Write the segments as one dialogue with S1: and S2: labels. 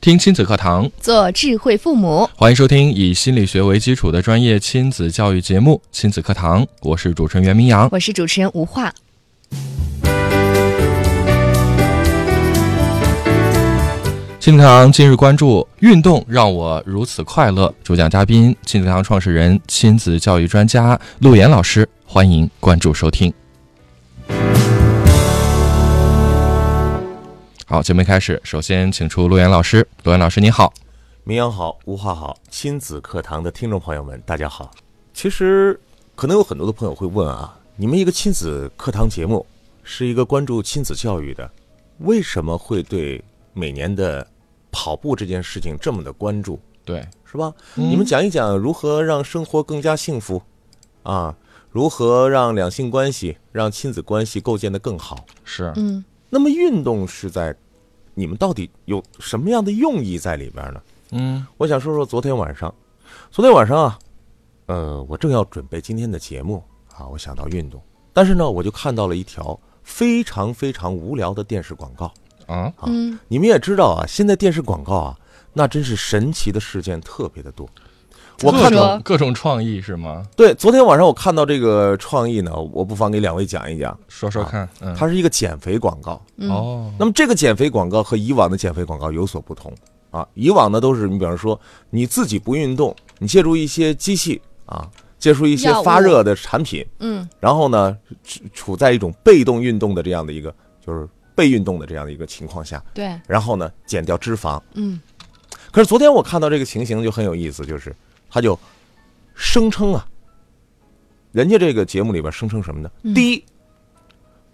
S1: 听亲子课堂，
S2: 做智慧父母。
S1: 欢迎收听以心理学为基础的专业亲子教育节目《亲子课堂》，我是主持人袁明阳。
S2: 我是主持人吴化。
S1: 亲子课堂今日关注：运动让我如此快乐。主讲嘉宾：亲子课堂创始人、亲子教育专家陆岩老师。欢迎关注收听。好，节目一开始，首先请出陆岩老师。陆岩老师，你好。
S3: 明阳好，吴话好，亲子课堂的听众朋友们，大家好。其实，可能有很多的朋友会问啊，你们一个亲子课堂节目是一个关注亲子教育的，为什么会对每年的跑步这件事情这么的关注，
S1: 对，
S3: 是吧？你们讲一讲如何让生活更加幸福，啊，如何让两性关系、让亲子关系构建得更好。
S1: 是
S2: 嗯，
S3: 那么，运动是在你们到底有什么样的用意在里边呢？
S1: 嗯，
S3: 我想说说昨天晚上，昨天晚上啊，呃，我正要准备今天的节目啊，我想到运动，但是呢，我就看到了一条非常非常无聊的电视广告。
S1: 啊，
S2: 嗯
S3: 你们也知道啊，现在电视广告啊，那真是神奇的事件特别的多。我
S1: 各
S3: 看到
S1: 种各种创意是吗？
S3: 对，昨天晚上我看到这个创意呢，我不妨给两位讲一讲。
S1: 说说看，嗯，
S3: 它是一个减肥广告，
S1: 哦，
S3: 那么这个减肥广告和以往的减肥广告有所不同啊，以往呢都是你比方说你自己不运动，你借助一些机器啊，借助一些
S2: 药物
S3: 发热的产品，
S2: 嗯，
S3: 然后呢处处在一种被动运动的这样的一个就是被运动的这样的一个情况下，
S2: 对，
S3: 然后呢减掉脂肪。
S2: 嗯，
S3: 可是昨天我看到这个情形就很有意思，就是他就声称啊，人家这个节目里边声称什么呢？
S2: 嗯
S3: 第一，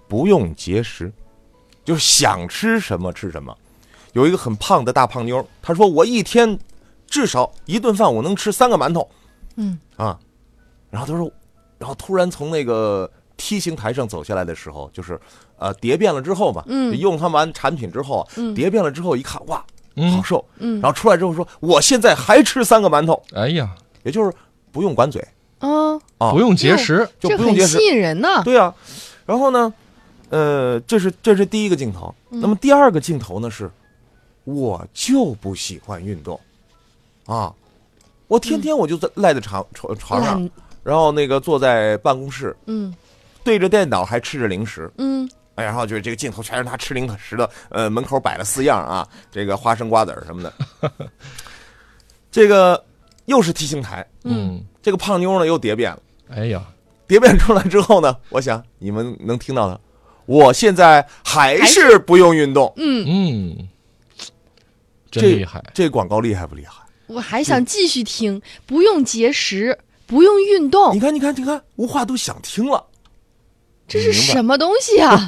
S3: 不用节食，就是想吃什么吃什么。有一个很胖的大胖妞儿，她说我一天至少一顿饭我能吃三个馒头，
S2: 嗯
S3: 啊，然后她说，然后突然从那个梯形台上走下来的时候，就是呃叠遍了之后嘛，
S2: 嗯
S3: 用他们完产品之后啊，叠遍了之后一看，哇，
S1: 嗯
S3: 好瘦，
S2: 嗯
S3: 然后出来之后说，我现在还吃三个馒头，
S1: 哎呀，
S3: 也就是不用管嘴，
S2: 哦，
S3: 啊
S1: 不用节食，
S3: 就
S2: 这
S3: 不用
S2: 很
S3: 节食
S2: 吸，引人呢。
S3: 对啊，然后呢，呃，这是这是第一个镜头，
S2: 嗯
S3: 那么第二个镜头呢是，我就不喜欢运动，啊，我天天我就在赖在床床床上
S2: 懒，
S3: 然后那个坐在办公室
S2: 嗯
S3: 对着电脑还吃着零食，
S2: 嗯，
S3: 哎，然后就是这个镜头全是他吃零食的，呃，门口摆了四样啊，这个花生、瓜子儿什么的。 这个又是梯形台，
S1: 嗯，
S3: 这个胖妞呢又叠遍了，
S1: 哎呀，
S3: 叠遍出来之后呢，我想你们能听到她，我现在还是不用运动，
S1: 嗯，真
S3: 这
S1: 厉害，
S3: 这广告厉害不厉害？
S2: 我还想继续听，不用节食，不用运动
S3: 你，看，你看，你看，无话都想听了，
S2: 这是
S3: 明白
S2: 什么东西 啊？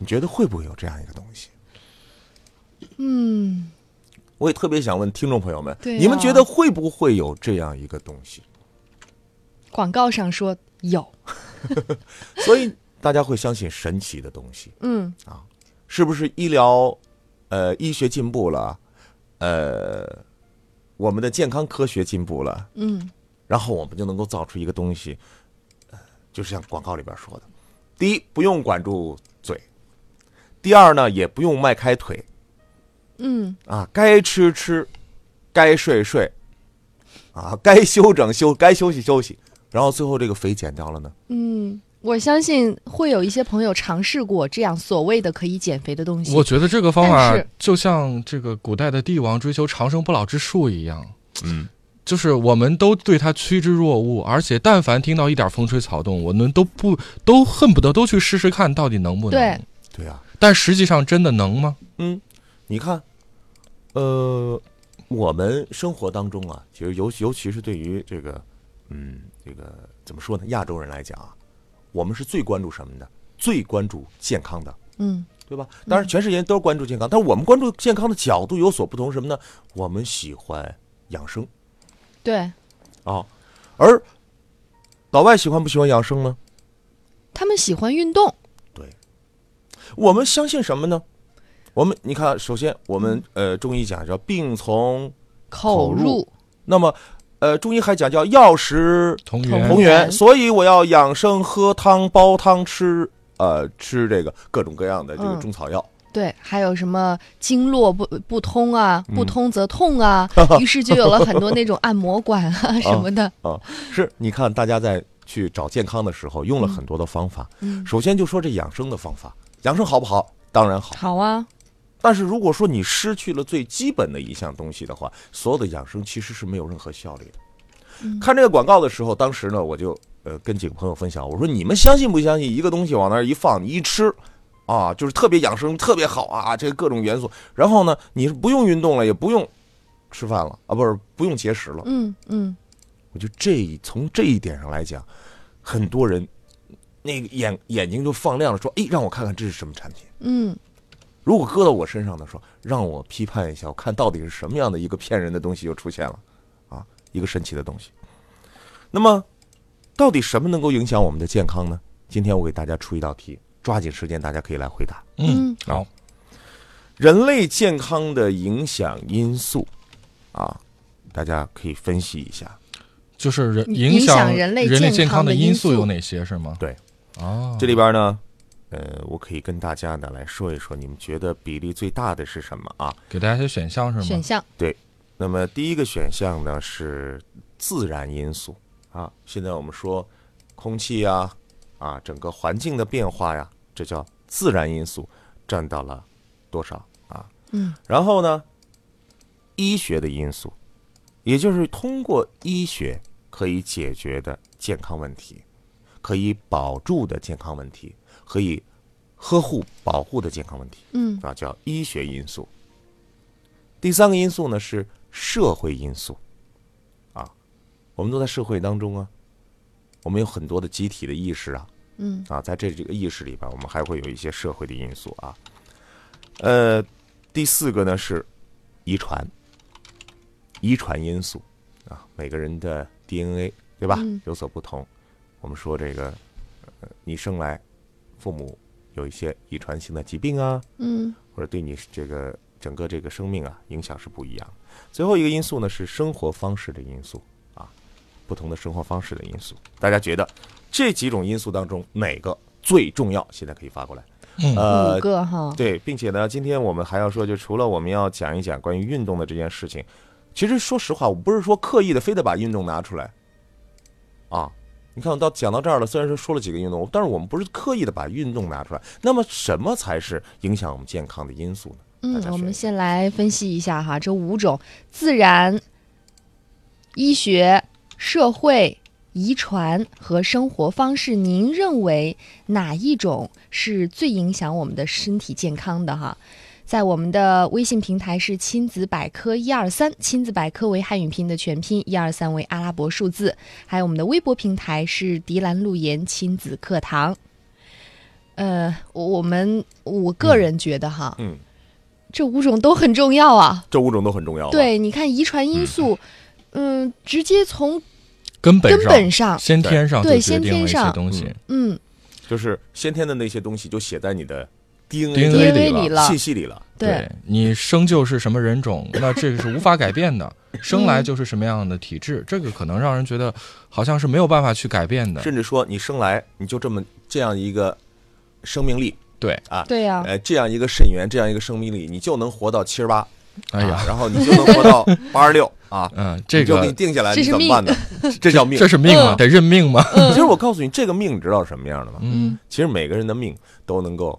S3: 你觉得会不会有这样一个东西？
S2: 嗯，
S3: 我也特别想问听众朋友们，
S2: 对啊
S3: 你们觉得会不会有这样一个东西？
S2: 广告上说有，
S3: 所以大家会相信神奇的东西。
S2: 嗯
S3: 是不是医疗，呃，医学进步了，呃，我们的健康科学进步了，
S2: 嗯
S3: 然后我们就能够造出一个东西，呃就是像广告里边说的，第一不用管住嘴，第二呢也不用迈开腿
S2: 嗯，
S3: 啊，该吃吃，该睡睡，啊，该休整休，该休息休息，然后最后这个肥减掉了呢，
S2: 我相信会有一些朋友尝试过这样所谓的可以减肥的东西。
S1: 我觉得这个方法
S2: 但是
S1: 就像这个古代的帝王追求长生不老之术一样，嗯，就是我们都对他趋之若鹜，而且但凡听到一点风吹草动，我们都不都恨不得都去试试看到底能不能。
S2: 对，
S3: 对啊，
S1: 但实际上真的能吗？
S3: 嗯，你看，呃，我们生活当中啊，其实尤尤其是对于这个，嗯，这个怎么说呢？亚洲人来讲啊，我们是最关注什么呢？最关注健康的，
S2: 嗯
S3: 对吧？当然，全世界人都关注健康，但是我们关注健康的角度有所不同。什么呢？我们喜欢养生
S2: 对
S3: 啊。而老外喜欢不喜欢养生呢？
S2: 他们喜欢运动，
S3: 我们相信什么呢？我们你看，首先我们呃中医讲叫病从，
S2: 口入
S3: 那么呃中医还讲叫药食
S1: 同
S2: 同
S1: 源
S3: 同源，
S2: 源
S3: 所以我要养生，喝汤、煲汤、吃呃吃这个各种各样的这个
S2: 嗯
S3: 中草药。
S2: 对，还有什么经络不不通啊，
S1: 嗯
S2: 不通则痛 啊，于是就有了很多那种按摩馆
S1: 哦
S2: 啊 什么的。
S3: 是，你看大家在去找健康的时候用了很多的方法。
S2: 嗯，
S3: 首先就说这养生的方法，养生好不好？当然好。
S2: 好啊，
S3: 但是如果说你失去了最基本的一项东西的话，所有的养生其实是没有任何效力的。看这个广告的时候，当时呢，我就呃跟几个朋友分享，我说你们相信不相信一个东西往那儿一放，你一吃，啊，就是特别养生，特别好啊，这个各种元素。然后呢，你是不用运动了，也不用吃饭了啊，不是不用节食了。
S2: 嗯嗯，
S3: 我就这一从这一点上来讲，很多人那个眼眼睛就放亮了，说：“哎，让我看看这是什么产品。”
S2: 嗯，
S3: 如果搁到我身上的说，让我批判一下，我看到底是什么样的一个骗人的东西又出现了，啊，一个神奇的东西。那么，到底什么能够影响我们的健康呢？今天我给大家出一道题，抓紧时间大家可以来回答。
S1: 嗯
S2: 嗯，
S1: 好，
S3: 人类健康的影响因素，啊，大家可以分析一下。
S1: 就是人
S2: 影
S1: 影响
S2: 响人类
S1: 人类健
S2: 健
S1: 康
S2: 康
S1: 的
S2: 的
S1: 因
S2: 因
S1: 素
S2: 素
S1: 有哪些是吗？
S3: 对，
S1: 哦，
S3: 这里边呢，呃，我可以跟大家呢来说一说，你们觉得比例最大的是什么啊？
S1: 给大家一些选项是吗？
S2: 选项
S3: 那么第一个选项呢是自然因素啊，现在我们说空气呀、啊，整个环境的变化呀，这叫自然因素，占到了多少啊？
S2: 嗯，
S3: 然后呢，医学的因素，也就是通过医学可以解决的健康问题，可以保住的健康问题，可以呵护保护的健康问题。
S2: 嗯
S3: 啊，叫医学因素。第三个因素呢是社会因素，啊，我们都在社会当中啊，我们有很多的集体的意识啊，
S2: 嗯
S3: 啊，在这这个意识里边，我们还会有一些社会的因素啊。呃，第四个呢是遗传，遗传因素啊，每个人的 DNA 对吧、
S2: 嗯
S3: 有所不同。我们说这个，呃你生来父母有一些遗传性的疾病啊，
S2: 嗯
S3: 或者对你这个整个这个生命啊影响是不一样的。最后一个因素呢是生活方式的因素啊，不同的生活方式的因素。大家觉得这几种因素当中哪个最重要？现在可以发过来。
S1: 嗯
S3: 呃
S2: 五，个哈，
S3: 对，并且呢，今天我们还要说，就除了我们要讲一讲关于运动的这件事情，其实说实话，我不是说刻意的非得把运动拿出来啊。你看，我到讲到这儿了，虽然说说了几个运动，但是我们不是刻意的把运动拿出来。那么，什么才是影响我们健康的因素呢？大家，
S2: 嗯
S3: 选
S2: 我
S3: 一
S2: 们
S3: 个
S2: 先来分析一下哈，这五种自然、医学、社会、遗传和生活方式，您认为哪一种是最影响我们的身体健康的哈？在我们的微信平台是亲子百科一二三，亲子百科为汉语拼音的全拼，一二三为阿拉伯数字，还有我们的微博平台是迪兰路言亲子课堂。呃，我我们我个人觉得哈，
S3: 嗯，
S2: 这五种都很重要啊。
S3: 这五种都很重要吧。
S2: 对，你看遗传因素，嗯、直接从
S1: 根本
S2: 根
S1: 上
S2: 本上，
S1: 先天上就
S2: 对
S1: 决定了一
S2: 先天
S1: 些
S2: 上
S1: 东西，
S2: 嗯，
S3: 就是先天的那些东西就写在你的
S1: DNA
S3: DNA
S1: 里
S2: 里
S3: 的
S2: 了
S3: 信，息里了。
S2: 对，
S1: 你生就是什么人 种，那这个是无法改变的，
S2: 嗯
S1: 生来就是什么样的体质，这个可能让人觉得好像是没有办法去改变的。
S3: 甚至说你生来你就这么这样一个生命力，
S1: 对，
S3: 啊，
S2: 对呀、
S3: 呃，这样一个肾源，这样一个生命力，你就能活到七十八，
S1: 哎呀
S3: 啊，然后你就能活 到八十六啊，
S1: 嗯，这
S3: 你就给你
S1: 个
S3: 定下来，
S2: 这
S3: 你
S2: 是
S3: 怎么办 呢？这叫命
S1: 这。是命吗？
S2: 嗯
S1: 得认命吗？
S3: 其实我告诉你，这个命你知道什么样的吗？
S1: 嗯，
S3: 其实每个人的命都能够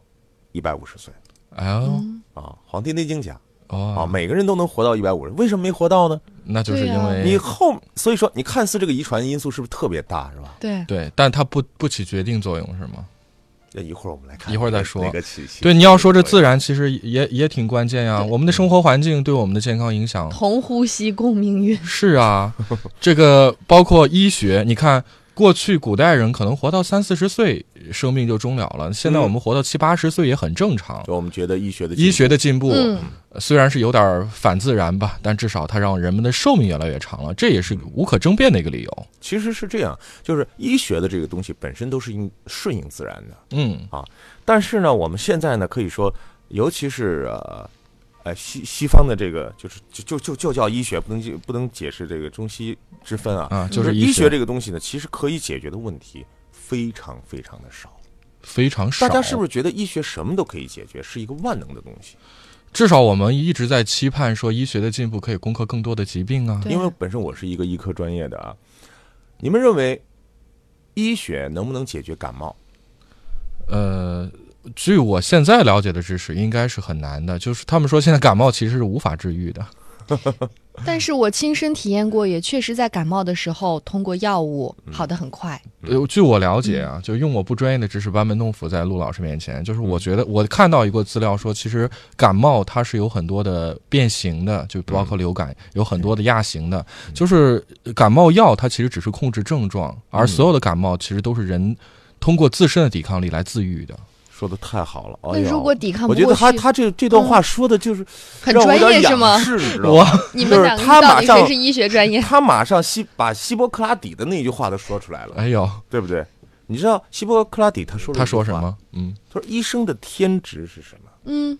S3: 一百五十岁
S1: 哎呦，
S2: 嗯
S3: 啊，《黄帝内经》讲啊，
S1: 哦，
S3: 每个人都能活到一百五十，为什么没活到呢？
S1: 那就是因
S3: 你
S1: 为
S3: 后，所以说你看似这个遗传因素是不是特别大，是吧？
S2: 对，
S1: 对，但它不不起决定作用是吗？
S3: 那一会儿我们来看，
S1: 一会儿再说
S3: 哪个起起
S1: 对，你要说这自然其实也也挺关键呀，我们的生活环境对我们的健康影响
S2: 同呼吸共命运，
S1: 是啊，这个包括医学，你看。过去古代人可能活到三四十岁，生命就终了了。现在我们活到七八十岁也很正常。
S3: 嗯就我们觉得医学的进
S1: 医
S3: 步
S1: 学的进步、
S2: 嗯
S1: 虽然是有点反自然吧，但至少它让人们的寿命越来越长了，这也是无可争辩的一个理由。
S3: 其实是这样，就是医学的这个东西本身都是应顺应自然的。
S1: 嗯
S3: 但是呢，我们现在呢，可以说，尤其是呃，呃西西方的这个，就是就就就就叫医学，不能不能解释这个中西之分啊。
S1: 啊，就是
S3: 医
S1: 学
S3: 这个东西呢，其实可以解决的问题非常非常的少。
S1: 非常少。
S3: 大家是不是觉得医学什么都可以解决，是一个万能的东西？
S1: 至少我们一直在期盼说医学的进步可以攻克更多的疾病啊。
S2: 对
S3: 因为本身我是一个医科专业的啊。你们认为医学能不能解决感冒？
S1: 呃，据我现在了解的知识，应该是很难的。就是他们说现在感冒其实是无法治愈的。
S2: 但是我亲身体验过，也确实在感冒的时候通过药物
S3: 嗯
S2: 好的很快。
S1: 呃，据我了解啊，就用我不专业的知识班门弄斧在陆老师面前，就是我觉得我看到一个资料说，其实感冒它是有很多的变形的，就包括流感有很多的亚型的，
S3: 嗯
S1: 就是感冒药它其实只是控制症状，
S3: 嗯
S1: 而所有的感冒其实都是人通过自身的抵抗力来自愈的。
S3: 说的太好了。哎
S2: 那
S3: 呦
S2: 如果抵抗不
S3: 我
S2: 过去，嗯
S3: 觉得他他这这段话说的就是
S2: 很
S3: 让我
S2: 专
S3: 有点
S2: 业是吗
S3: 仰？视你知道
S1: 我
S3: 吗？
S2: 你们两个到底谁是医学 专 业？
S3: 他马上希把希波克拉底的那句话都说出来了，
S1: 哎呦，
S3: 对不对？你知道希波克拉底他说了一
S1: 他
S3: 句
S1: 说什
S3: 话？
S1: 么？嗯，
S3: 他说医生的天职是什么？
S2: 嗯，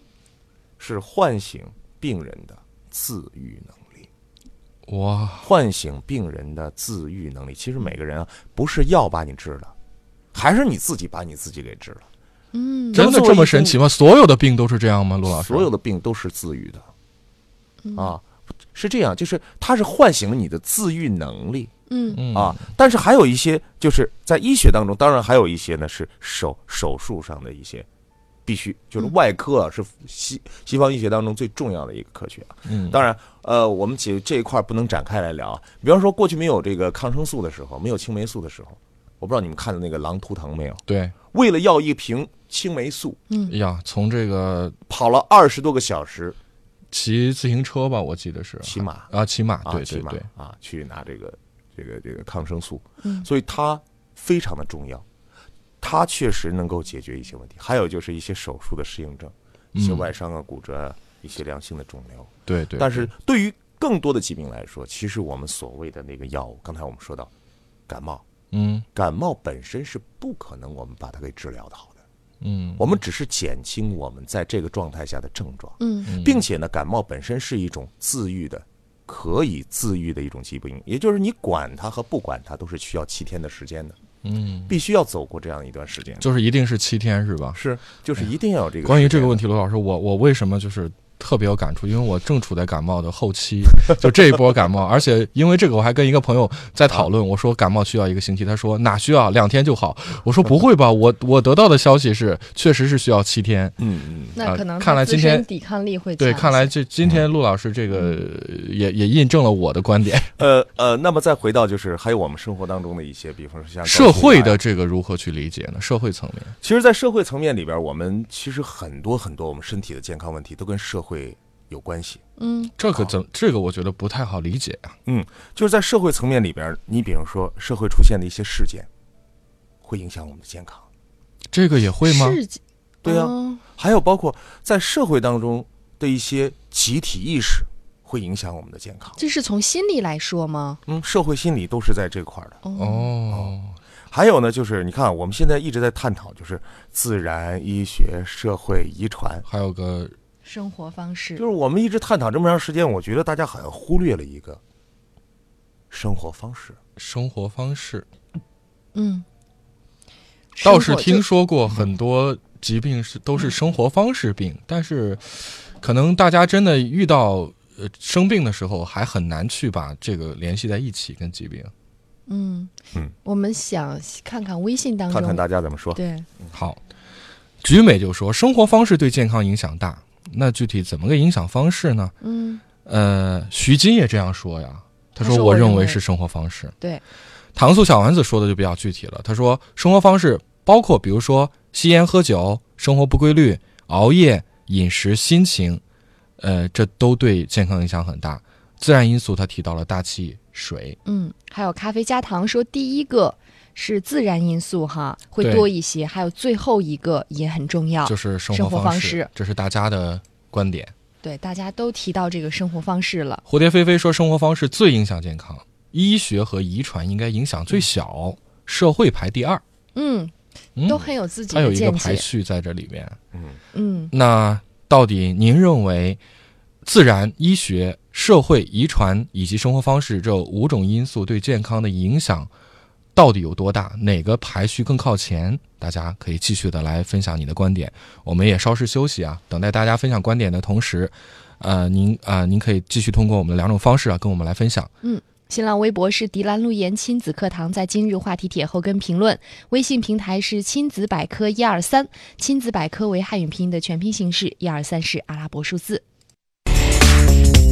S3: 是唤醒病人的自愈能力，
S1: 哇，
S3: 唤醒病人的自愈能力。其实每个人啊，不是药把你治了，还是你自己把你自己给治了。
S2: 嗯，
S1: 真的这么神奇吗？所有的病都是这样吗？陆老师，
S3: 所有的病都是自愈的，
S2: 嗯
S3: 啊，是这样，就是它是唤醒了你的自愈能力。
S2: 嗯
S1: 嗯
S3: 啊，但是还有一些就是在医学当中，当然还有一些呢是手手术上的一些必须，就是
S1: 嗯
S3: 外科啊，是西西方医学当中最重要的一个科学啊。
S1: 嗯，
S3: 当然，呃，我们解这一块不能展开来聊啊。比方说，过去没有这个抗生素的时候，没有青霉素的时候，我不知道你们看的那个《狼图腾》没有？
S1: 对哎
S3: 为了要一瓶青霉素，
S2: 嗯
S1: 呀，从这个
S3: 跑了二十多个小时
S1: 骑自行车吧，我记得是
S3: 骑马
S1: 啊，骑马，
S3: 啊，
S1: 对
S3: 起
S1: 对
S3: 码
S1: 对，
S3: 啊，去拿这个这个这个抗生素，所以它非常的重要，它确实能够解决一些问题。还有就是一些手术的适应症，一些
S1: 嗯
S3: 外伤啊、骨折啊、一些良性的肿瘤。
S1: 对对。
S3: 但是对于更多的疾病来说，其实我们所谓的那个药物，刚才我们说到感冒，
S1: 嗯
S3: 感冒本身是不可能我们把它给治疗的好的，
S1: 嗯
S3: 我们只是减轻我们在这个状态下的症状。
S2: 嗯
S3: 并且呢，感冒本身是一种自愈的，可以自愈的一种疾病，也就是你管它和不管它都是需要七天的时间的，
S1: 嗯，
S3: 必须要走过这样一段时间的。
S1: 就是一定是七天是吧？
S3: 是，就是一定要有这个。
S1: 关于这个问
S3: 题，
S1: 题，罗老师，我我为什么就是特别有感触？因为我正处在感冒的后期，就这一波感冒，而且因为这个，我还跟一个朋友在讨论，我说感冒需要一个星期，他说哪需要两天就好，我说不会吧，我我得到的消息是确实是需要七天，
S3: 嗯嗯，
S2: 那可能
S1: 呃看来
S2: 自
S1: 今
S2: 身
S1: 天
S2: 抵抗力会
S1: 对，
S2: 强
S1: 看
S2: 一
S1: 来
S2: 些
S1: 这今天陆老师这个也也印证了我的观点，
S3: 呃呃，那么再回到就是还有我们生活当中的一些，比方说像高
S1: 社会
S3: 血压
S1: 的这个如何去理解呢？社会层面，
S3: 其实，在社会层面里边，我们其实很多很多我们身体的健康问题都跟社会有关系。
S2: 嗯
S1: 这个怎这个我觉得不太好理解啊。
S3: 嗯，就是在社会层面里边，你比如说社会出现的一些事件，会影响我们的健康。
S1: 这个也会吗？
S2: 是
S3: 对啊呀、
S2: 哦
S3: 还有包括在社会当中的一些集体意识，会影响我们的健康。
S2: 这是从心理来说吗？
S3: 嗯，社会心理都是在这块儿的。
S1: 哦，
S3: 还有呢，就是你看啊，我们现在一直在探讨，就是自然、医学、社会、遗传，
S1: 还有个
S2: 生活方
S3: 就是
S2: 式，
S3: 我们一直探讨这么长时间，我觉得大家好像忽略了一个生活方式。
S1: 生活方式，
S2: 嗯，
S1: 倒
S2: 生
S1: 是
S2: 活
S1: 听
S2: 就嗯
S1: 说过很多疾病是都是生活方式病，但是可能大家真的遇到呃生病的时候，还很难去把这个联系在一起跟疾病。
S2: 嗯
S3: 嗯，
S2: 我们想看看微信当中
S3: 看看大家怎么说。
S2: 嗯对，
S1: 好，菊美就说生活方式对健康影响大，那具体怎么个影响方式呢？
S2: 嗯
S1: 呃，徐金也这样说呀，他
S2: 他
S1: 说
S2: 说
S1: 我
S2: 我认
S1: 认为
S2: 为
S1: 是生活方式。
S2: 对，
S1: 糖醋小丸子说的就比较具体了，他说生活方式包括比如说吸烟、喝酒、生活不规律、熬夜、饮食、心情，呃，这都对健康影响很大。自然因素他提到了大气、水，
S2: 嗯，还有咖啡加糖说第一个是自然因素哈，会
S1: 对
S2: 多一些。还有最后一个也很重要，
S1: 就是生
S2: 啊生活
S1: 活
S2: 方
S1: 式，
S2: 式
S1: 这是大家的观点。
S2: 对，大家都提到这个生活方式了。
S1: 蝴蝶飞飞说，生活方式最影响健康，医学和遗传应该影响最小，社会排第二。
S2: 嗯，
S1: 嗯
S2: 都很有自己
S1: 它有
S2: 的
S1: 一个
S2: 见
S1: 排
S2: 解。
S1: 序在这里面。
S2: 嗯，
S1: 那到底您认为，自然、医学、社会、遗传以及生活方式这五种因素对健康的影响到底有多大？哪个排序更靠前？大家可以继续的来分享你的观点。我们也稍事休息啊，等待大家分享观点的同时，呃，您啊、呃您可以继续通过我们的两种方式啊，跟我们来分享。
S2: 新浪微博是迪兰路言亲子课堂，在今日话题帖后跟评论。微信平台是亲子百科一二三，亲子百科为汉语拼音的全拼形式，一二三是阿拉伯数字。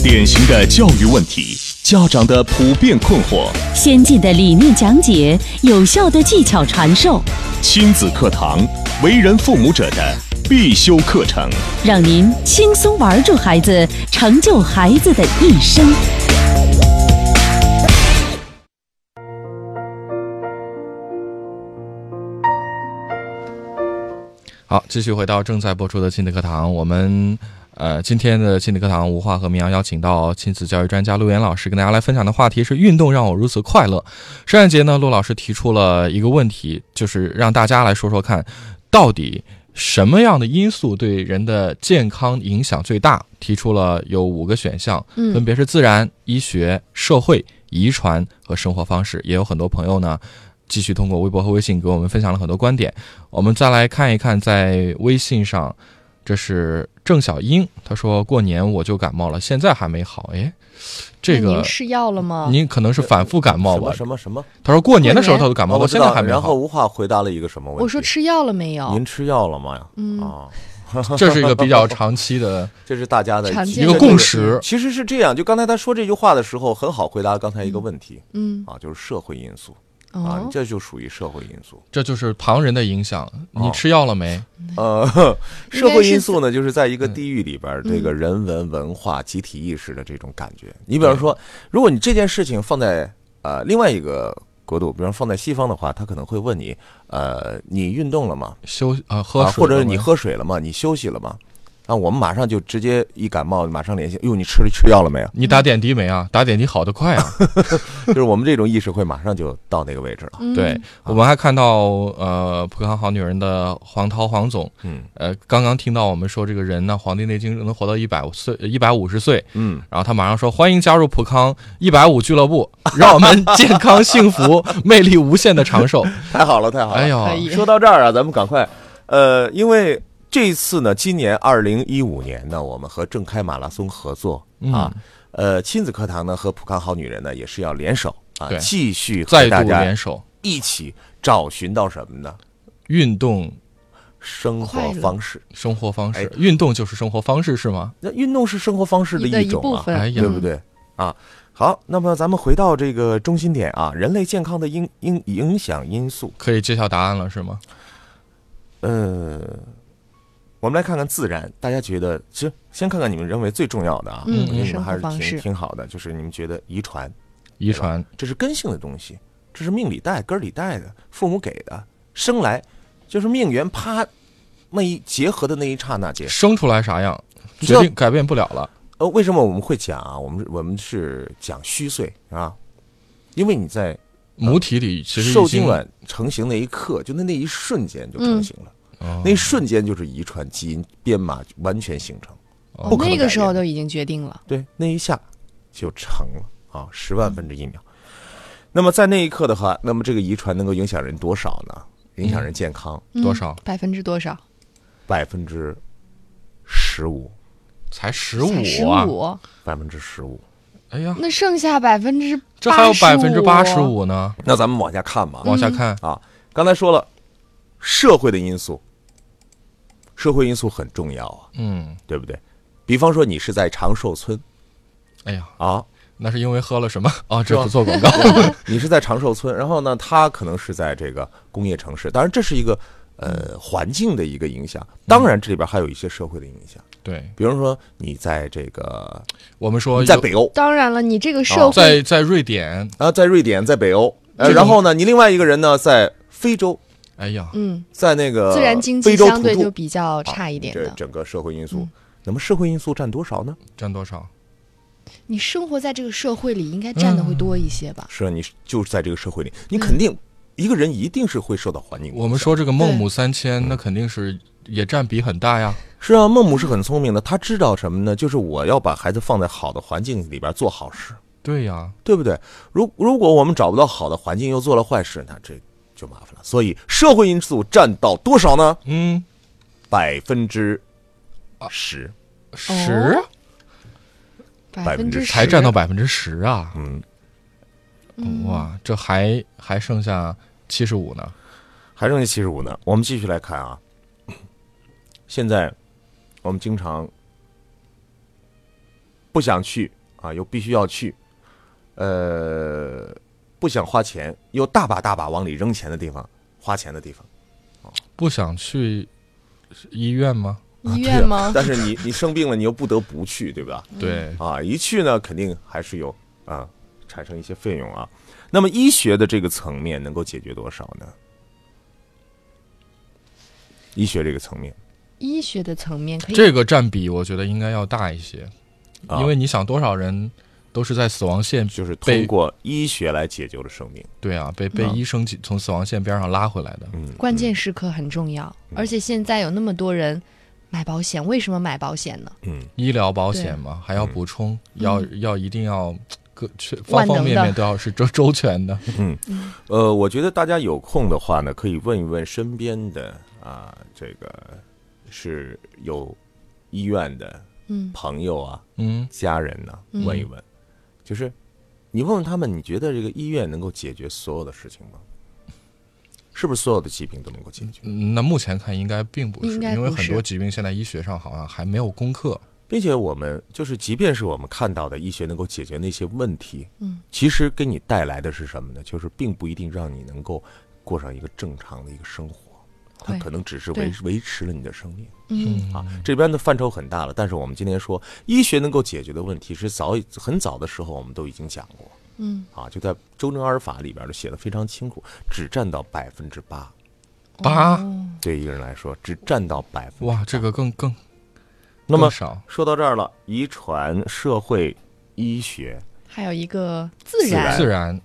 S4: 典型的教育问题，家长的普遍困惑，
S5: 先进的理念讲解，有效的技巧传授，
S4: 亲子课堂，为人父母者的必修课程。
S5: 让您轻松玩住孩子，成就孩子的一生。
S1: 好，继续回到正在播出的亲子课堂，我们呃今天的亲子课堂，吴话和明阳邀请到亲子教育专家陆岩老师跟大家来分享的话题是运动让我如此快乐。圣诞节呢，陆老师提出了一个问题，就是让大家来说说看，到底什么样的因素对人的健康影响最大？提出了有五个选项，分
S2: 嗯，
S1: 别是自然、医学、社会、遗传和生活方式。也有很多朋友呢，继续通过微博和微信给我们分享了很多观点。我们再来看一看，在微信上，这是郑小英，她说过年我就感冒了，现在还没好。哎，这
S2: 那
S1: 个
S2: 您吃药了吗？
S1: 您可能是反复感冒
S3: 什
S1: 吧？
S3: 么什么什么？
S1: 她说过年的时候
S2: 过年
S1: 她都感冒，
S3: 哦
S1: 到
S3: 我知
S1: 现在
S3: 道
S1: 还没
S3: 然后
S1: 好。
S3: 吴话回答了一个什么问题？
S2: 我说吃药了没有
S3: 您？吃药了吗呀？
S2: 嗯
S3: 啊，
S1: 这是一个比较长 期的
S3: 这是大家的
S2: 常见
S1: 一
S2: 的
S1: 个
S2: 问题
S1: 共识。
S3: 其实是这样，就刚才他说这句话的时候，很好回答刚才一个问题
S2: 嗯，
S3: 啊，就是社会因素啊，
S2: 哦，
S3: 这就属于社会因素。
S1: 这就是旁人的影响。你
S3: 哦
S1: 吃药了没？
S3: 呃，
S2: 应该是嗯
S3: 社会因素呢，就是在一个地域里边儿，这个人文文化、集体意识的这种感觉。你比方说，如果你这件事情放在呃另外一个国度，比方放在西方的话，他可能会问你，呃，你运动了吗？
S1: 休啊，喝
S3: 啊，
S1: 水
S3: 或者
S1: 了
S3: 你
S1: 吗
S3: 喝水了吗？你休息了吗？啊，我们马上就直接一感冒，马上联系，哟，你吃了吃药了没有？
S1: 你打点滴没啊？打点滴好得快啊！
S3: 就是我们这种意识会马上就到那个位置了。
S2: 嗯
S1: 对，
S3: 啊
S1: 我们还看到呃，《浦康好女人》的黄涛黄总，
S3: 嗯
S1: 呃，刚刚听到我们说这个人呢，《黄帝内经》能活到一百岁、一百五十岁，
S3: 嗯，
S1: 然后他马上说：“欢迎加入浦康一百五俱乐部，让我们健康、幸福、魅力无限的长寿。
S3: 太好了，太”好了。
S1: 哎呦，
S2: 可以
S3: 说到这儿啊，咱们赶快，呃，因为这次呢，今年二零一五年呢，我们和正开马拉松合作啊，呃，亲子课堂呢和浦康好女人呢也是要联手啊
S1: 对，
S3: 继续和
S1: 再
S3: 大
S1: 度联
S3: 家
S1: 手，
S3: 一起找寻到什么呢？
S1: 运动
S3: 生
S2: 快
S3: 活
S2: 乐
S3: 方式。
S1: 生活方式
S3: 哎，
S1: 运动就是生活方式是吗？
S3: 那运动是生活方式的
S2: 你的一
S3: 种
S2: 部
S3: 啊，
S2: 分
S1: 哎呀
S3: 对不对啊？好，那么咱们回到这个中心点啊，人类健康的因因影响因素。
S1: 可以揭晓答案了是吗？
S3: 呃，我们来看看自然，大家觉得，其实先看看你们认为最重要的啊，
S2: 嗯
S3: 我觉得你
S2: 生
S3: 们
S2: 活
S3: 还是
S2: 方式
S3: 挺挺好的，就是你们觉得遗传，
S1: 遗传
S3: 这是根性的东西，这是命里带、根儿里带的，父母给的，生来就是命缘啪那一结合的那一刹那结。
S1: 生出来啥样，
S3: 知
S1: 决
S3: 道
S1: 定改变不了了。
S3: 呃，为什么我们会讲啊？我们我们是讲虚岁啊，因为你在
S1: 母体里其实已
S3: 受精
S1: 经
S3: 卵成型那一刻，就那那一瞬间就
S2: 嗯
S3: 成型了，
S1: 哦
S3: 那一瞬间就是遗传基因编码完全形成。
S2: 哦
S3: 不可能
S2: 那
S3: 改
S2: 个时候
S3: 变
S2: 都已经决定了。
S3: 对，那一下就成了啊，十
S1: 嗯
S3: 万分之一秒。那么在那一刻的话，那么这个遗传能够影响人多少呢？影响人健康
S1: 多少
S2: 嗯百分之多少？
S3: 百分之十五，
S1: 才十
S2: 十
S1: 五啊！
S2: 五，
S3: 百分之十五。
S1: 哎呀，
S2: 那剩下百分之
S1: 这还有百分之八十。五呢，
S2: 哦
S3: 那咱们往下看吧。
S1: 嗯
S2: 嗯
S1: 往下看，
S3: 啊，刚才说了，社会的因素，社会因素很重要啊，
S1: 嗯，
S3: 对不对？比方说你是在长寿村
S1: 哎呀，
S3: 啊，
S1: 那是因为喝了什么 啊？
S3: 是
S1: 这
S3: 吧
S1: 不做广 告，
S3: 你是在长寿村，然后呢，它可能是在这个工业城市，当然这是一个呃环境的一个影响，当然这里边还有一些社会的影响，
S1: 对
S3: 比如说你在这个
S1: 我们说
S3: 在
S1: 有
S3: 北欧
S2: 当然了，你这个社
S3: 哦
S2: 会
S1: 在在瑞典，
S3: 啊，在瑞典，在北欧呃，然后呢，你另外一个人呢在非洲，
S1: 哎呀，
S2: 嗯，
S3: 在那个
S2: 自然经济
S3: 呃非洲
S2: 相
S3: 土
S2: 对
S3: 著啊
S2: 就比较差一点
S3: 这
S2: 的。
S3: 整个社会因素
S2: 嗯，
S3: 那么社会因素占多少呢？
S1: 占多少？
S2: 你生活在这个社会里，应该占的会
S1: 嗯
S2: 多一些吧？
S3: 是啊，你就是在这个社会里，
S2: 嗯
S3: 你肯定一个人一定是会受到环境。
S1: 我们说这个孟母三迁，那肯定是也占比很大呀。
S3: 是啊，孟母是很聪明的，她知道什么呢？就是我要把孩子放在好的环境里边做好事，
S1: 对呀，
S3: 对不对？如如果我们找不到好的环境，又做了坏事，那这就麻烦了。所以社会因素占到多少呢？
S1: 嗯，
S3: 百分之十。
S2: 哦
S1: 十
S2: 百
S3: 分之
S2: 之
S3: 十
S1: 才占到百分之十啊！
S3: 嗯，
S2: 嗯
S1: 哇，这还还剩下七十五呢。
S3: 还剩下七十五呢。我们继续来看啊，现在我们经常不想去啊，又必须要去，呃，不想花钱，又大把大把往里扔钱的地方，花钱的地方。
S1: 不想去医院吗？
S2: 医院吗？
S3: 但是 你你生病了，你又不得不去，对吧？
S2: 嗯
S1: 对，
S3: 啊，一去呢，肯定还是有啊，产生一些费用啊。那么医学的这个层面能够解决多少呢？医学这个层面，
S2: 医学的层面可以
S1: 这个占比我觉得应该要大一些，
S3: 啊、
S1: 因为你想多少人都是在死亡线，
S3: 就是通
S1: 被
S3: 过医学来解救了生命。
S1: 对啊，被被
S3: 嗯
S1: 医生解从死亡线边上拉回来的。
S3: 嗯，
S2: 关键时刻很重要，而且现在有那么多人买保险，为什么买保险呢？
S1: 医疗保险嘛，还要补充，要要一定要各全方
S2: 嗯万能
S1: 方面面
S2: 的
S1: 都要是周周全的。
S3: 呃，我觉得大家有空的话呢，可以问一问身边的啊，这个是有医院的
S2: 嗯
S3: 朋友啊、
S1: 嗯，
S3: 家人呢、问一问，就是你问问他们，你觉得这个医院能够解决所有的事情吗？是不是所有的疾病都能够解决，
S1: 嗯那目前看应该并不是，
S2: 应该
S1: 因为
S2: 不
S1: 很
S2: 是
S1: 多疾病现在医学上好像还没有攻克。
S3: 并且我们就是，即便是我们看到的医学能够解决那些问题，
S2: 嗯，
S3: 其实给你带来的是什么呢？就是并不一定让你能够过上一个正常的一个生活，它
S2: 会
S3: 可能只是维
S2: 对
S3: 维持了你的生命
S2: 嗯
S3: 啊。这边的范畴很大了，但是我们今天说医学能够解决的问题，是早已很早的时候我们都已经讲过
S2: 嗯，
S3: 啊，就在《周正阿尔法》里边就写的非常清楚，只占到百分之八，
S1: 八、
S2: 哦
S3: 对一个人来说只占到百分
S1: 哇，这个更更
S3: 那么
S1: 更少，
S3: 说到这儿了，遗传、社会、医学，
S2: 还有一个自
S3: 自然
S2: 然，嗯
S1: 自然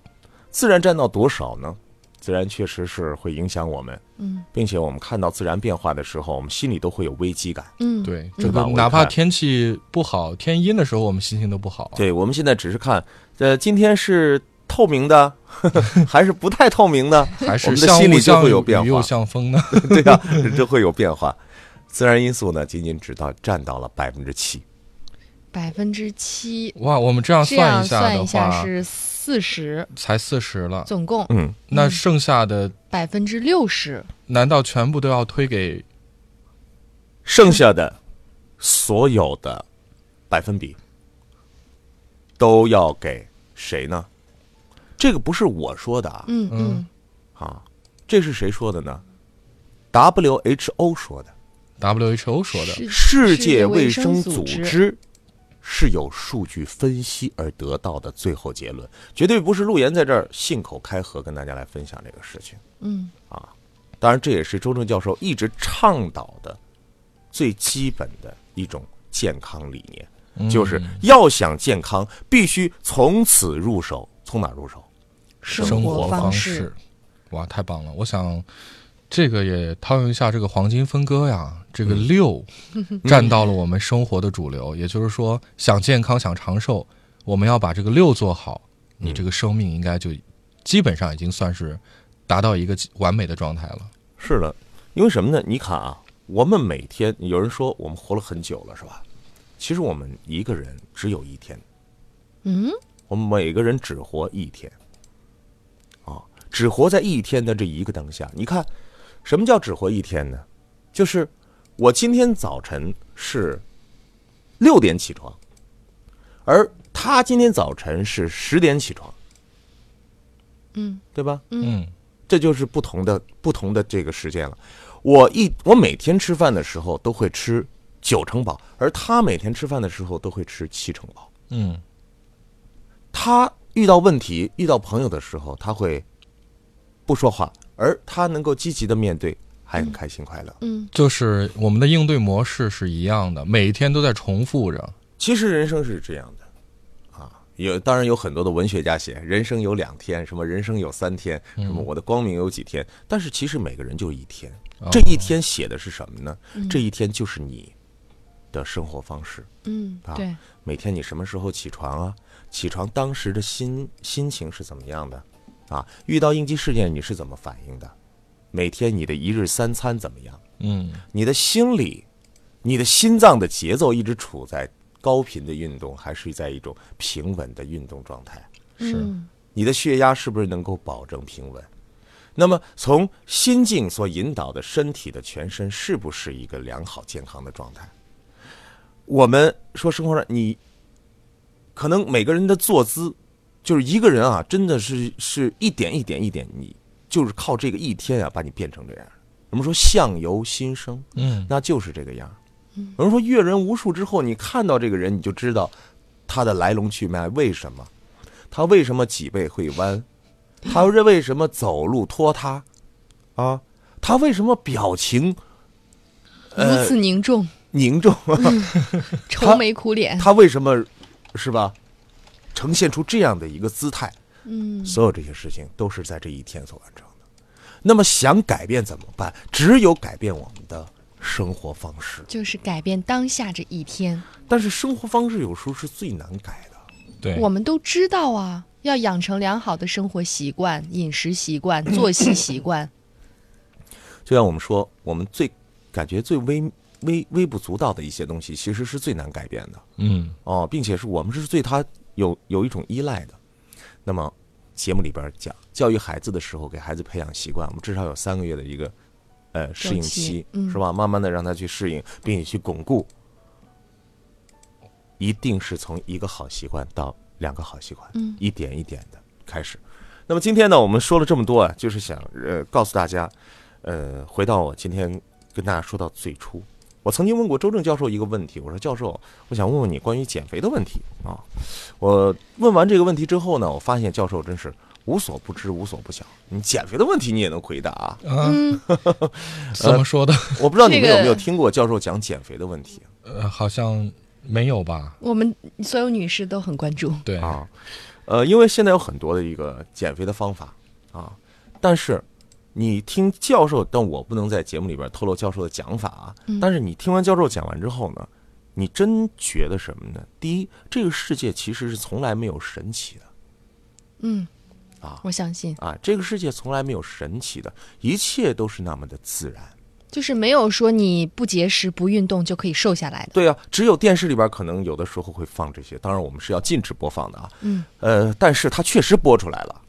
S3: 自然占到多少呢？自然确实是会影响我们，
S2: 嗯
S3: 并且我们看到自然变化的时候，我们心里都会有危机感。
S2: 嗯，
S1: 对，
S3: 对
S1: 这
S3: 吧
S1: 个
S3: 我一
S1: 哪怕
S3: 看
S1: 天气不好、天阴的时候，我们心情都不好。
S3: 对，我们现在只是看，呃，今天是透明的， 还是不太透明的？
S1: 还
S3: 我
S1: 是
S3: 们的
S1: 像
S3: 心
S1: 雾
S3: 理就
S1: 像
S3: 会
S1: 雨
S3: 有变化
S1: 又像风呢？
S3: 对呀、这会有变化。自然因素呢，仅仅只到占到了百分之七，
S2: 百分之七，
S1: 哇，我们这样
S2: 这样
S1: 一下
S2: 算
S1: 的
S2: 一下
S1: 话，
S2: 是四十，
S1: 才四十了。
S2: 总共
S3: 啊嗯，
S1: 那剩下的
S2: 百分之六十，
S1: 难道全部都要推给
S3: 剩下的所有的百分比都要给谁呢？这个不是我说的啊，
S2: 嗯嗯，
S3: 啊，这是谁说的呢？WHO 说的，
S1: WHO 说的？
S2: 是
S3: 世界
S2: 界
S3: 卫
S2: 生
S3: 生组
S2: 织，
S3: 织是有数据分析而得到的最后结论，绝对不是陆岩在这儿信口开河跟大家来分享这个事情。
S2: 嗯
S3: 当然，这也是周正教授一直倡导的最基本的一种健康理
S1: 嗯
S3: 念，就是要想健康，必须从此入手。从哪儿入手？
S1: 生
S2: 活
S1: 活方
S2: 式，，
S1: 哇，太棒了！我想这个也套用一下这个黄金分割呀，这个六 占到了我们生活的主流，也就是说，想健康、想长寿，我们要把这个六做好，你这个生命应该就基本上已经算是达到一个完美的状态了。
S3: 是的，因为什么呢？你看啊，我们每天有人说我们活了很久了，是吧？其实我们一个人只有一天，
S2: 嗯，
S3: 我们每个人只活一天，啊，只活在一天的这一个当下。你看，什么叫只活一天呢？就是我今天早晨是六点起床，而他今天早晨是十点起床，
S2: 嗯，
S3: 对吧？
S1: 嗯，
S3: 这就是不同的不同的这个时间了。我一我每天吃饭的时候都会吃九成饱，而他每天吃饭的时候都会吃七成饱。
S1: 嗯，
S3: 他遇到问题、遇到朋友的时候，他会不说话，而他能够积极的面对，还很开心快乐。
S2: 嗯
S1: 就是我们的应对模式是一样的，每天都在重复着。
S3: 其实人生是这样的，啊，有当然有很多的文学家写人生有两天，什么人生有三天，什么我的光明有几天，但是其实每个人就一天，这一天写的是什么呢？这一天就是你的生活方式。
S2: 嗯
S3: 啊，
S2: 对，
S3: 每天你什么时候起床啊？起床当时的心心情是怎么样的？啊，遇到应激事件你是怎么反应的？每天你的一日三餐怎么样？
S1: 嗯，
S3: 你的心理，你的心脏的节奏一直处在高频的运动，还是在一种平稳的运动状态？
S1: 是
S2: 嗯
S3: 你的血压是不是能够保证平稳？那么，从心境所引导的身体的全身是不是一个良好健康的状态？我们说生活上，你可能每个人的坐姿，就是一个人啊，真的是是一点一点一点，你就是靠这个一天啊，把你变成这样。我们说相由心生，
S1: 嗯，
S3: 那就是这个样儿。有人说阅人无数之后，你看到这个人，你就知道他的来龙去脉，为什么他为什么脊背会弯，他为什么走路拖沓啊，他为什么表情
S2: 如此凝重，
S3: 凝重，
S2: 愁眉苦脸。
S3: 他为什么是吧，呈现出这样的一个姿态，
S2: 嗯
S3: 所有这些事情都是在这一天所完成的。那么想改变怎么办？只有改变我们的生活方式。
S2: 就是改变当下这一天，
S3: 但是生活方式有时候是最难改的。
S1: 对，
S2: 我们都知道啊，要养成良好的生活习 惯、饮食习惯、作息习惯。
S3: 就像我们说，我们最感觉最微微微不足道的一些东西，其实是最难改变的
S1: 嗯，
S3: 哦，并且是我们是对它有有一种依赖的。那么节目里边讲，教育孩子的时候，给孩子培养习惯，我们至少有三个月的一个呃适应期
S2: 期，嗯
S3: 是吧？慢慢的让他去适应，并且去巩固，一定是从一个好习惯到两个好习惯，
S2: 嗯
S3: 一点一点的开始。那么今天呢，我们说了这么多啊，就是想呃告诉大家，呃，回到我今天跟大家说到最初，我曾经问过周正教授一个问题，我说教授，我想问问你关于减肥的问题啊。我问完这个问题之后呢，我发现教授真是无所不知、无所不晓，你减肥的问题你也能回答啊。
S1: 啊，
S2: 嗯，
S1: 怎么说的？
S3: 我不知道你
S2: 这
S3: 们
S2: 个
S3: 有没有听过教授讲减肥的问题
S1: 呃，好像没有吧？
S2: 我们所有女士都很关注。
S1: 对，
S3: 啊？呃，因为现在有很多的一个减肥的方法啊，但是你听教授，但我不能在节目里边透露教授的讲法啊。
S2: 嗯
S3: 但是你听完教授讲完之后呢，你真觉得什么呢？第一，这个世界其实是从来没有神奇的。
S2: 嗯，
S3: 啊
S2: 我相信，
S3: 啊，这个世界从来没有神奇的，一切都是那么的自然。
S2: 就是没有说你不节食、不运动就可以瘦下来的。
S3: 对啊，只有电视里边可能有的时候会放这些，当然我们是要禁止播放的啊。
S2: 嗯，
S3: 呃，但是它确实播出来了，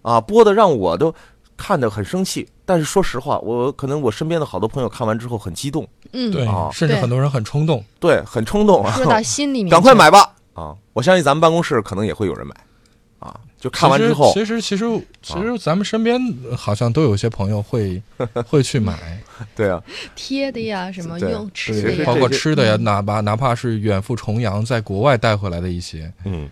S3: 啊，播的让我都看得很生气。但是说实话，我可能我身边的好多朋友看完之后很激动，
S2: 嗯，
S1: 对
S3: 哦，
S1: 甚至
S2: 对
S1: 很多人很冲动。
S3: 对，很冲动啊，
S2: 说到心里面去，
S3: 赶快买吧啊！我相信咱们办公室可能也会有人买，啊，就看完之后，哦
S1: 其实其实其实其实咱们身边呃好像都有一些朋友会 会去买，
S3: 对啊，
S2: 贴的呀，什么
S3: 对
S2: 用吃
S3: 对
S2: 的
S3: 对
S2: 呀
S1: 包，括
S3: 这些嗯
S1: 吃的呀，哪怕哪怕是远赴重洋，在国外带回来的一些，
S3: 嗯，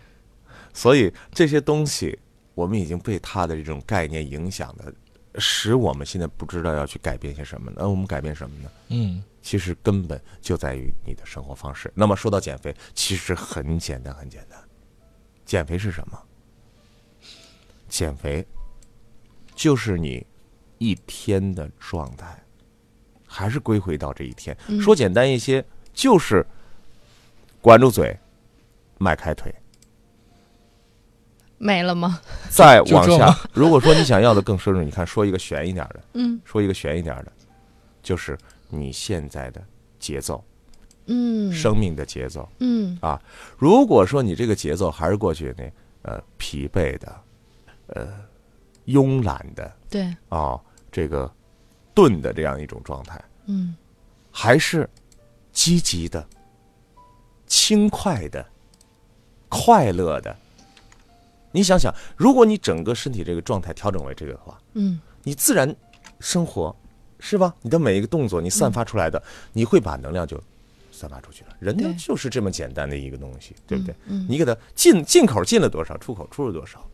S3: 所以这些东西我们已经被它的这种概念影响的，使我们现在不知道要去改变些什么呢？那我们改变什么呢？
S1: 嗯，
S3: 其实根本就在于你的生活方式。那么说到减肥，其实很简单，很简单。减肥是什么？减肥就是你一天的状态，还是归回到这一天。
S1: 嗯
S3: 说简单一些，就是管住嘴，迈开 腿，
S2: 没了吗？
S3: 再
S1: 就
S3: 往
S1: 这
S3: 下
S1: 吗。
S3: 如果说你想要的更深入，你看说一个悬一点的，
S2: 嗯
S3: 说一个悬一点的，就是你现在的节奏，
S2: 嗯
S3: 生命的节奏。
S2: 嗯
S3: 如果说你这个节奏还是过去那呃疲惫的，呃慵懒的
S2: 对
S3: 啊、这个钝的这样一种状态，
S2: 嗯
S3: 还是积极的、轻快的、快乐的。你想想，如果你整个身体这个状态调整为这个的话，
S2: 嗯
S3: 你自然生活是吧？你的每一个动作，你散发出来的，你会把能量就散发出去了。人呢
S2: 嗯对，
S3: 就是这么简单的一个东西，对不对？
S2: 嗯
S3: 你给它进进口进了多少，出口出了多少，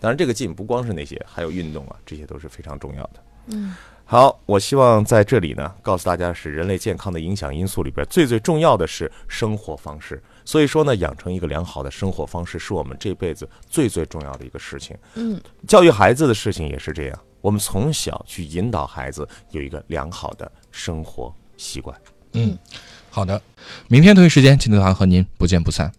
S3: 当然，这个劲不光是那些，还有运动啊，这些都是非常重要的。
S2: 嗯，
S3: 好，我希望在这里呢，告诉大家是人类健康的影响因素里边最最重要的是生活方式。所以说呢，养成一个良好的生活方式是我们这辈子最最重要的一个事情。
S2: 嗯，
S3: 教育孩子的事情也是这样，我们从小去引导孩子有一个良好的生活习惯。
S1: 好的，明天同一时间，金德堂和您不见不散。